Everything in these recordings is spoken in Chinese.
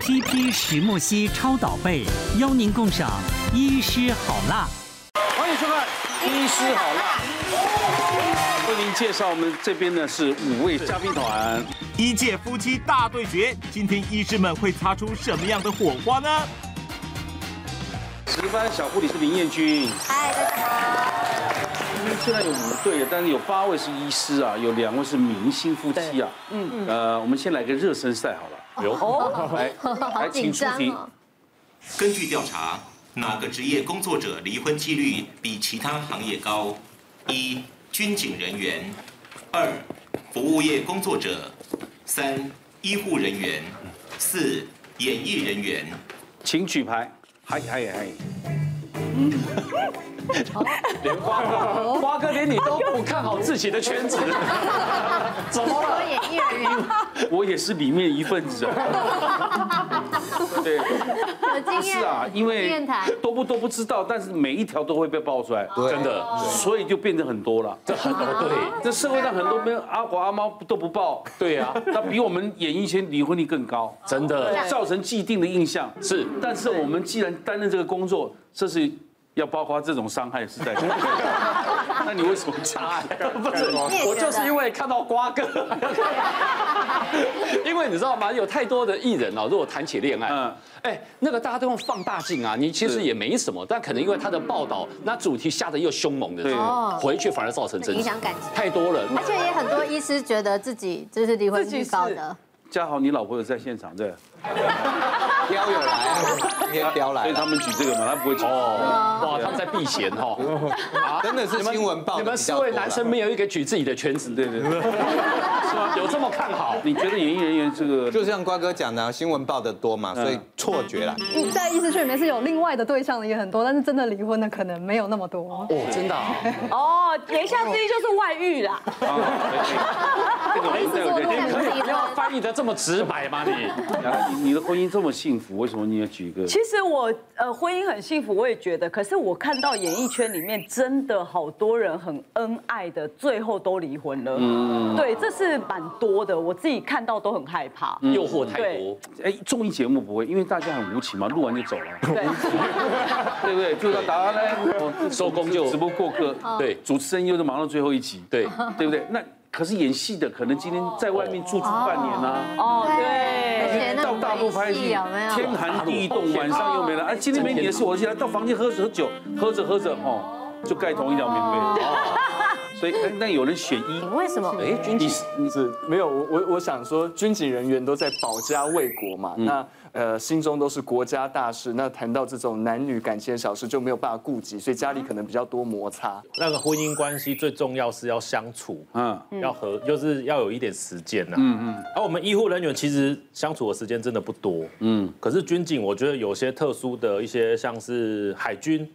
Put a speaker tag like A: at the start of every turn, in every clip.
A: CP 石墨烯超导被，邀您共赏医师好辣。
B: 欢迎收看《医师好辣》，为您介绍我们这边呢是五位嘉宾团，
C: 医界夫妻大对决，今天医师们会擦出什么样的火花呢？
B: 值班小护理是林彦君。
D: 嗨，大家好。
B: 现在有五对，但是有八位是医师啊，有两位是明星夫妻啊。嗯，哦呃，我们先来个热身赛好了。有，来，来，请出题。！
C: 根据调查，哪个职业工作者离婚几率比其他行业高？一、军警人员；二、服务业工作者；三、医护人员；四、演艺人员。
B: 请举牌。嗨嗨嗨！
D: 嗯
B: 连花哥，花哥连你都不看好自己的圈 子， 怎么
D: 我
B: 了？
D: 演艺人员，
B: 我也是里面一份子 啊。对，
D: 有经验
B: 是啊，因为
D: 电台
B: 都不都不知道，但是每一条都会被爆出来，
E: 真的，
B: 所以就变成很多了。
E: 这很
D: 啊
E: 对，
B: 这社会上很多没有阿狗阿猫都不报，
E: 对呀、
B: 那比我们演艺圈离婚率更高，
E: 真的
B: 造成既定的印象。
E: 是
B: 但是我们既然担任这个工作，这是要包括这种伤害是在。 那你为什么加？
E: 不是
D: 你也觉得
E: 我就是因为看到瓜哥， 因为你知道吗？有太多的艺人哦，如果谈起恋爱，
B: 嗯
E: 嗯，哎，那个大家都用放大镜啊，你其实也没什么，但可能因为他的报道，那主题下的又凶猛的
B: 对，
E: 回去反而造成争
D: 影
E: 执，
D: 响感情。
E: 太多了。
D: 而且也很多医师觉得自己就是离婚率高的，
B: 嘉豪，你老婆有在现场对？
F: 彪有来，今天彪来
B: 所以他
F: 了，
B: 们举这个嘛，他不会举。
E: 哦，哇，他们在避嫌 哈，啊
F: 真的是新闻报
E: 你们
F: 的比
E: 四
F: 较多啦
E: 位男生没有一个举自己的圈子，
B: 对对 对，
E: 有这么看好？
B: 你觉得演艺人员这个
F: 就像瓜哥讲的啊，新闻报的多嘛，所以错觉啦。
G: 你在医师圈里面是有另外的对象的也很多，但是真的离婚的可能没有那么多。
E: 哦，真的啊，
H: 哦，言下之意就是外遇啦。
B: 啊，这个我们待会再
D: 不
B: 讲
D: 是离
E: 不要
D: 婚。
E: 翻译的这么直白吗你？
B: 啊你你的婚姻这么幸福，为什么你要举一个？
H: 其实我呃婚姻很幸福，我也觉得，可是我看到演艺圈里面真的好多人很恩爱的，最后都离婚了。嗯，对，这是蛮多的，我自己看到都很害怕。
E: 诱惑太多，
B: 哎，综艺节目不会，因为大家很无情嘛，录完就走了，
H: 对，
B: 对不对？就到答案嘞，我
E: 收工就哦
B: 只不过过客。
E: 对
B: 主持人又是忙到最后一集，
E: 对，
B: 对不对？那可是演戏的，可能今天在外面驻足半年啊。
H: 哦
D: 而
H: 对，
D: 且那
B: 到
D: 种
B: 大陆拍戏，
D: 有没有？
B: 天寒地冻，晚上又没来。哎，今天没你的事，我进来到房间喝喝酒，喝着喝着哦，就盖同一条棉被。哦所以，哎那有人选一，
D: 为什么？
E: 哎，军警
I: 是没有我我我想说，军警人员都在保家卫国嘛，那呃心中都是国家大事。那谈到这种男女感情的小事，就没有办法顾及，所以
J: 啊
I: 家里可能比较多摩擦。
K: 那个婚姻关系最重要是要相处，
B: 嗯，
K: 要和，就是要有一点时间呐。嗯嗯。而我们医护人员其实相处的时间真的不多。嗯。可是军警，我觉得有些特殊的一些，像是海军，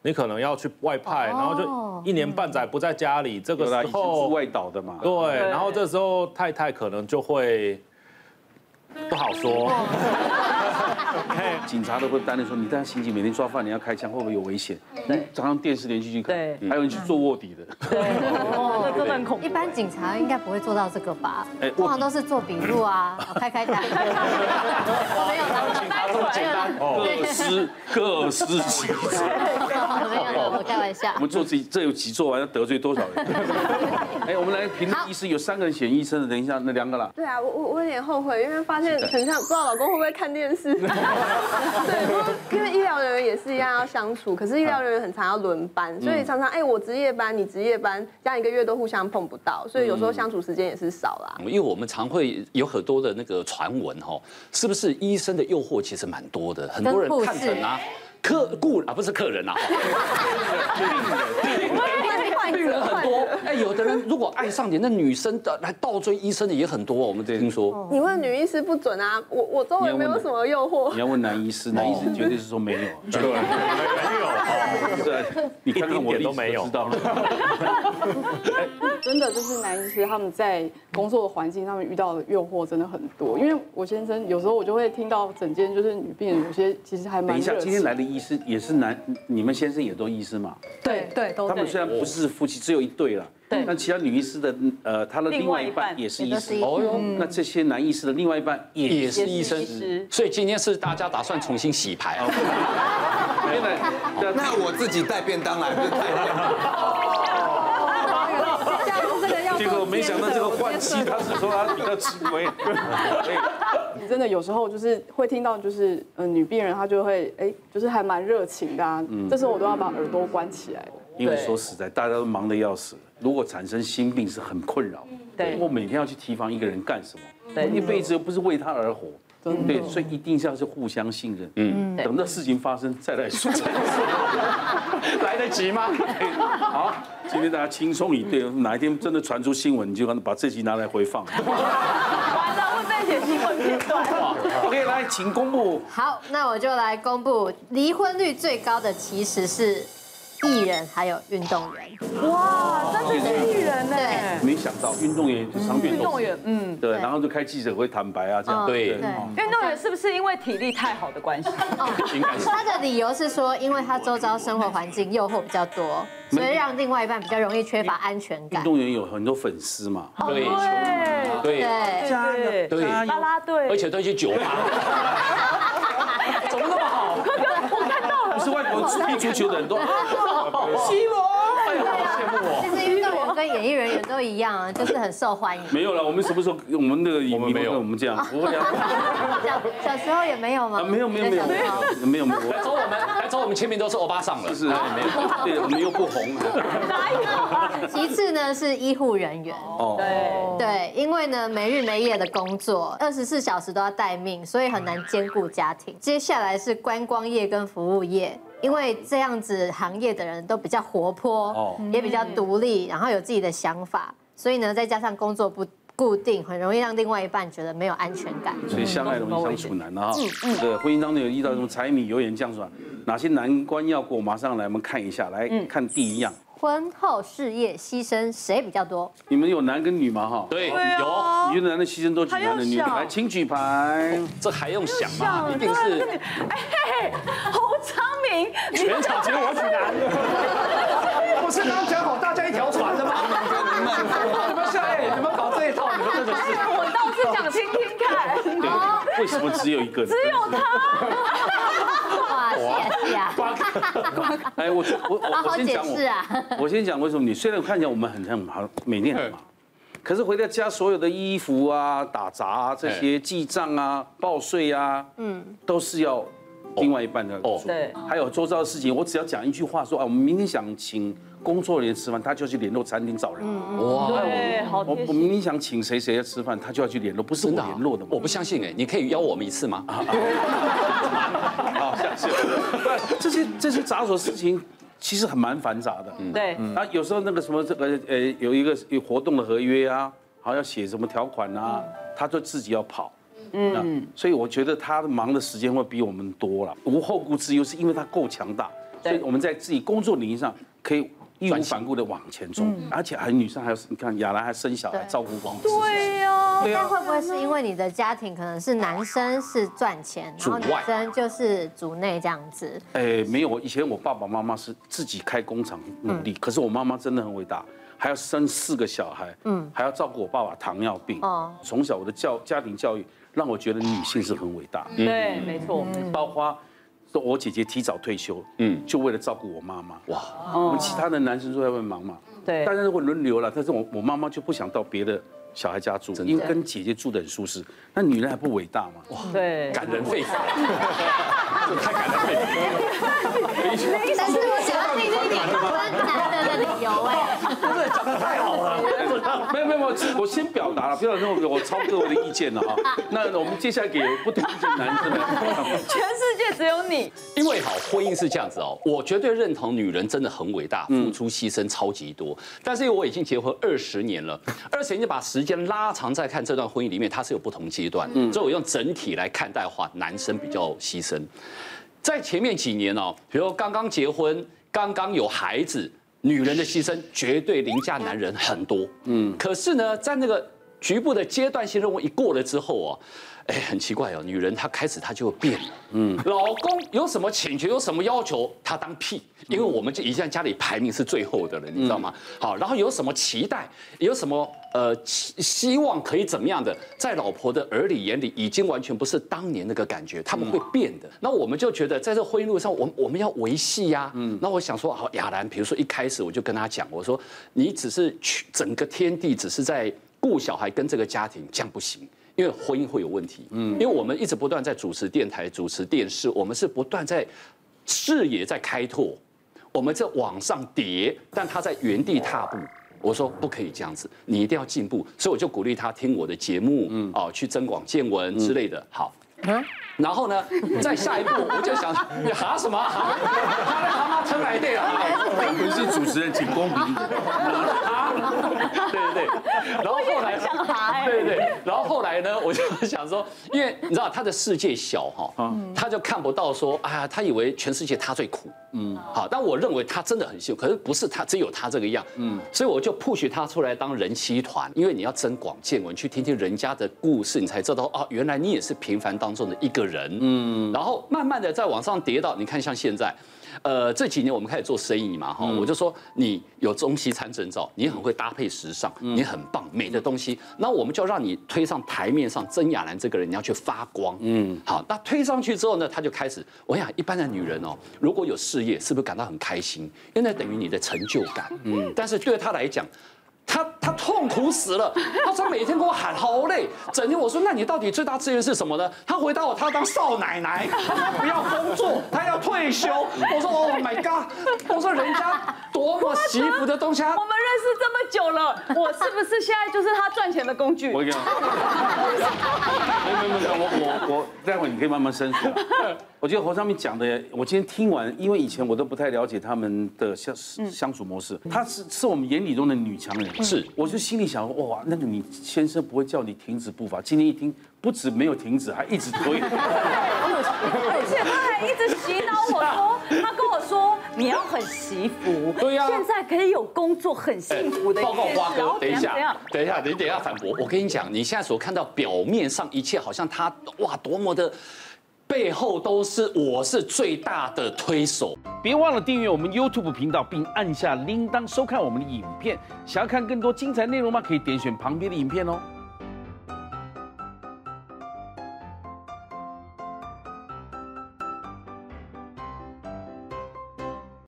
K: 你可能要去外派，然后就一年半载不在家
E: 嗯
K: 里，这个
B: 有啦，
K: 时
B: 以前住
K: 候
B: 外岛的嘛。
K: 对，然后这时候太太可能就会不好说。
B: 警察都会担任说，你带刑警每天抓犯人要开枪，会不会有危险？你常常电视连续剧看，
H: 对
B: 还有人去做卧底的，
H: 哦，这真的很恐怖
D: 一。般警察应该不会做到这个吧
B: 哎？
D: 通常都是做笔录 啊，开开单。我没有啦，我没有
B: 各
D: 啦，
B: 司各司其职。
D: 我没有啦，我开玩笑
B: 我。们做自己这有集做完要得罪多少 人？哎，我们来评论医师，有三个人选医生的，等一下那两个啦。
J: 对啊，我我我有点后悔，因为发现很像不知道老公会不会看 电视。对，不过因为医疗人员也是一样要相处，可是医
I: 啊
J: 疗人员很常要轮班，
I: 嗯
J: 所以常常哎、我值夜班，你值夜班，这样一个月都互相碰不到，所以有时候相处时间也是少啦。
E: 因为我们常会有很多的那个传闻哈，是不是医生的诱惑其实蛮多的，很多人
D: 跟护士
E: 看诊啊，客顾啊不是客人啊，病人很多，哎，有的人如果爱上你，那女生的来倒追医生的也很多，我们听
D: 哦
E: 说
J: 你问女医师不准啊，我我周围没有什么诱惑
B: 你。要问男医师，男医师绝对是说没 有，
K: 对，没有。
B: 对，你看 看我
K: 一点都没有
B: 例子就知道了。
J: 真的就是男医师他们在工作的环境上面遇到的诱惑真的很多，因为我先生有时候我就会听到整间就是女病人有些其实还
B: 等
J: 蛮
B: 一下，
J: 热
B: 今天。
J: 情
B: 来的医师也是男，你们先生也都医师嘛？
G: 对对，都
B: 他
G: 对
B: 们虽然不是夫妻只有一对了。
H: 对
B: 那其他女医师的，呃，她的另外一半也是医生。
E: 哦哟，
B: 那这些男医师的另外一半
E: 也
B: 也
E: 是
B: 是
E: 医
B: 医
E: 生
B: 生。，
E: 所以今天是大家打算重新洗牌
D: 哦
E: 啊。
F: 那我自己带便当来，不是带便当
G: 下次这个要
B: 结果没想到这个换 妻，他是说他比较哎吃 亏。
L: 你真的有时候就是会听到，就是嗯、呃女病人她就会哎、就是还蛮热情的啊。
B: 嗯
L: 这时候我都要把耳朵关起来。
B: 因为说实在，大家都忙得要死，如果产生心病是很困扰。
L: 对
B: 我每天要去提防一个人干什么？
L: 对
B: 一辈子又不是为他而活。
L: 真的
B: 对，所以一定是要是互相信任。
E: 嗯
B: 嗯，
E: 对
B: 等到事情发生再来说。
E: 来得及吗？
B: 好，今天大家轻松以对，哪一天真的传出新闻，你就把这集拿来回放。
H: 完了，问这些新闻片段。
B: OK，来，请公布。
D: 好，那我就来公布，离婚率最高的其实是艺人还有运动员。
H: 哇，真的是艺人呢。
B: 没想到运动员就伤病
H: 运动员，嗯，
B: 对，然后就开记者会坦白啊，这样
D: 嗯对
B: 哦
H: 运动员是不是因为体力太好的关系？
B: 情感
D: 哦他的理由是说，因为他周遭生活环境诱惑比较多，所以让另外一半比较容易缺乏安全
B: 运
D: 感。
B: 动员有很多粉丝嘛，
E: 对
D: 哦对
H: 对
E: 对
H: 啦啦队，
E: 而且都去酒吧，
H: 怎么那么好？我看到了，
B: 不是外国踢足球的人都啊，
D: 西
B: 罗，哎
D: 呀，
B: 好羡慕
D: 其
B: 哦。
D: 实运动员跟演艺人员都一样啊，就是很受欢迎。
B: 没有了，我们什么时候我们那个我们没有我们这样，不会啊，
D: 小小时候也没有吗？
B: 啊没有没有没有没
D: 小时候
B: 有没有没有，
E: 来找我们来找我们签名都是欧巴桑了，
B: 是没有，对我们又不红。哎
H: 啊
D: 其次呢是医护人员，
B: 哦，
D: 对，因为呢没日没夜的工作，二十四小时都要待命，所以很难兼顾家庭。接下来是观光业跟服务业。因为这样子行业的人都比较活泼，
M: 哦
D: 也比较独立，然后有自己的想法，所以呢，再加上工作不固定，很容易让另外一半觉得没有安全感。
B: 所以相爱容易相处难了哈
D: 嗯嗯。
B: 这个婚姻当中有遇到什么柴米油盐酱醋茶，哪些难关要过？马上来我们看一下，来看第一样，
D: 婚后事业牺牲谁比较多？
B: 你们有男跟女吗？哈，对
D: 对啊
B: 你觉得男的牺牲多，举
D: 还
B: 男的
D: 用
B: 女的，
D: 想
B: 来，请举牌。
E: 这还用想
H: 像对哎，侯昌明，
E: 全场只有我举
H: 男
E: 不是刚讲好大家一条船的吗？你们是哎，你们搞这一套，你们真的是。
H: 哎我倒是想听听看。
B: 对，为什么只有一个人？
H: 只有 他。
D: 哇，是啊是啊，
B: 哎，我我
D: 好
B: 我我
D: 好
B: 先
D: 解
B: 讲我
D: 释，啊。
B: 我先讲为什么你虽然看起来我们很很忙，每天很忙，可是回到家所有的衣服啊、打杂啊这些记账啊、报税啊，
D: 嗯，
B: 都是要另外一半的哦，
H: 对
B: 还有周遭的事情，我只要讲一句话说啊，我们明天想请工作人员吃饭，他就去联络餐厅找人。
H: 嗯对好
B: 我
H: 贴心
B: 我明天想请谁谁吃饭，他就要去联络，不是我
E: 啊
B: 联络的啊吗？我不相信哎，你可以邀我们一次吗？好，下次。对这些这些杂琐事情。其实很蛮繁杂的，
H: 对
B: 啊，有时候那个什么这个呃，有一个有活动的合约啊，好像要写什么条款啊，他就自己要跑，嗯，所以我觉得他忙的时间会比我们多了。无后顾之忧是因为他够强大，所以我们在自己工作领域上可以义无反顾的往前冲，而且还女生还有你看雅兰还生小孩照顾光，
D: 对呀
B: 对啊
D: 但会不会是因为你的家庭可能是男生是赚钱，然后女
B: 主外
D: 生就是主内这样子？
B: 哎，没有，我以前我爸爸妈妈是自己开工厂努力，可是我妈妈真的很伟大，还要生四个小孩，
D: 嗯
B: 嗯，还要照顾我爸爸糖尿病。
D: 哦
B: 哦，从小我的教家庭教育让我觉得女性是很伟大。
H: 对，没错，
B: 包括我姐姐提早退休，嗯，就为了照顾我妈妈。哇，
H: 哦
B: 我们其他的男生都在外面忙嘛，
H: 对
B: 但是会轮流了。但是我我妈妈就不想到别的小孩家住，因为跟姐姐住的很舒适。那女人还不伟大吗？哇，
H: 对，
B: 感人肺腑。
D: 但是我想要听一点分男的的理由哎，
B: 没有没有，没有是我先表达了，不要认为我超各位的意见了哈。那我们接下来给不同意见的男生来。
H: 全世界只有你。
E: 因为好，婚姻是这样子哦，我绝对认同女人真的很伟大，付出牺牲超级多。但是因为我已经结婚二十年了，二十年就把时间拉长再看这段婚姻里面，它是有不同阶段。嗯，所以我用整体来看待的话，男生比较牺牲。在前面几年哦，比如说刚刚结婚、刚刚有孩子，女人的牺牲绝对凌驾男人很多。嗯，可是呢，在那个局部的阶段性任务一过了之后哦，哎，很奇怪哦，女人她开始她就变了，嗯，老公有什么请求有什么要求，她当屁，因为我们就一向家里排名是最后的了，你知道吗？好，然后有什么期待，有什么呃期希望可以怎么样的，在老婆的耳里眼里，已经完全不是当年那个感觉，他们会变的。那我们就觉得在这婚姻路上，我们我们要维系呀、嗯，那我想说，好，雅兰，比如说一开始我就跟她讲，我说你只是去整个天地只是在顾小孩跟这个家庭，这样不行。因为婚姻会有问题，嗯，因为我们一直不断在主持电台、主持电视，我们是不断在视野在开拓，我们在往上叠，但他在原地踏步。我说不可以这样子，你一定要进步，所以我就鼓励他听我的节目，嗯，哦，去增广见闻之类的。好，然后呢，再下一步我就想， 你哈什么哈？他在他妈撑来对啊！
B: 不是主持人，请公平一点。
E: 对对对，然后后来
H: 想爬
E: 对对，然后后来呢，我就想说，因为你知道他的世界小哈，他就看不到说，哎呀，他以为全世界他最苦，嗯，好，但我认为他真的很幸福，可是不是他只有他这个样，嗯，所以我就 push 他出来当人妻团，因为你要增广见闻，去听听人家的故事，你才知道哦，原来你也是平凡当中的一个人，嗯，然后慢慢的再往上跌到，你看像现在。呃，这几年我们开始做生意嘛，哈、我就说你有中西餐证照，你很会搭配时尚，你很棒，美的东西，那我们就让你推上台面上，曾雅兰这个人你要去发光，嗯，好，那推上去之后呢，她就开始，我想一般的女人哦，如果有事业，是不是感到很开心？因为那等于你的成就感，嗯，但是对她来讲。她她痛苦死了，她说每天跟我喊好累，整天我说那你到底最大志愿是什么呢？她回答我，她要当少奶奶， 她不要工作，她要退休。我说 Oh my god！我说人家多么惜福的东西，啊她
H: 我们认识这么久了，我是不是现在就是他赚钱的工具？
B: 我跟你讲没有没有没有，我我我，待会你可以慢啊慢深说。我觉得侯尚明讲的，我今天听完，因为以前我都不太了解他们的相相处模式，她是是我们眼里中的女强人，
E: 是，
B: 我就心里想，哇，那个你先生不会叫你停止步伐，今天一听，不止没有停止，还一直推。
H: 而且他还一直洗脑我 说，他跟我说你要很惜福，
E: 对呀
H: 现在可以有工作，很 幸福的一
E: 哎报告
H: 件
E: 花
H: 事。然
E: 哥
H: 后，
E: 等一
H: 怎样怎
E: 下
H: 样，
E: 等一下，你等一下反驳。我跟你讲，你现在所看到表面上一切，好像他哇多么的，背后都是我是最大的推手。
M: 别忘了订阅我们 YouTube 频道，并按下铃铛收看我们的影片。想要看更多精彩内容吗？可以点选旁边的影片哦。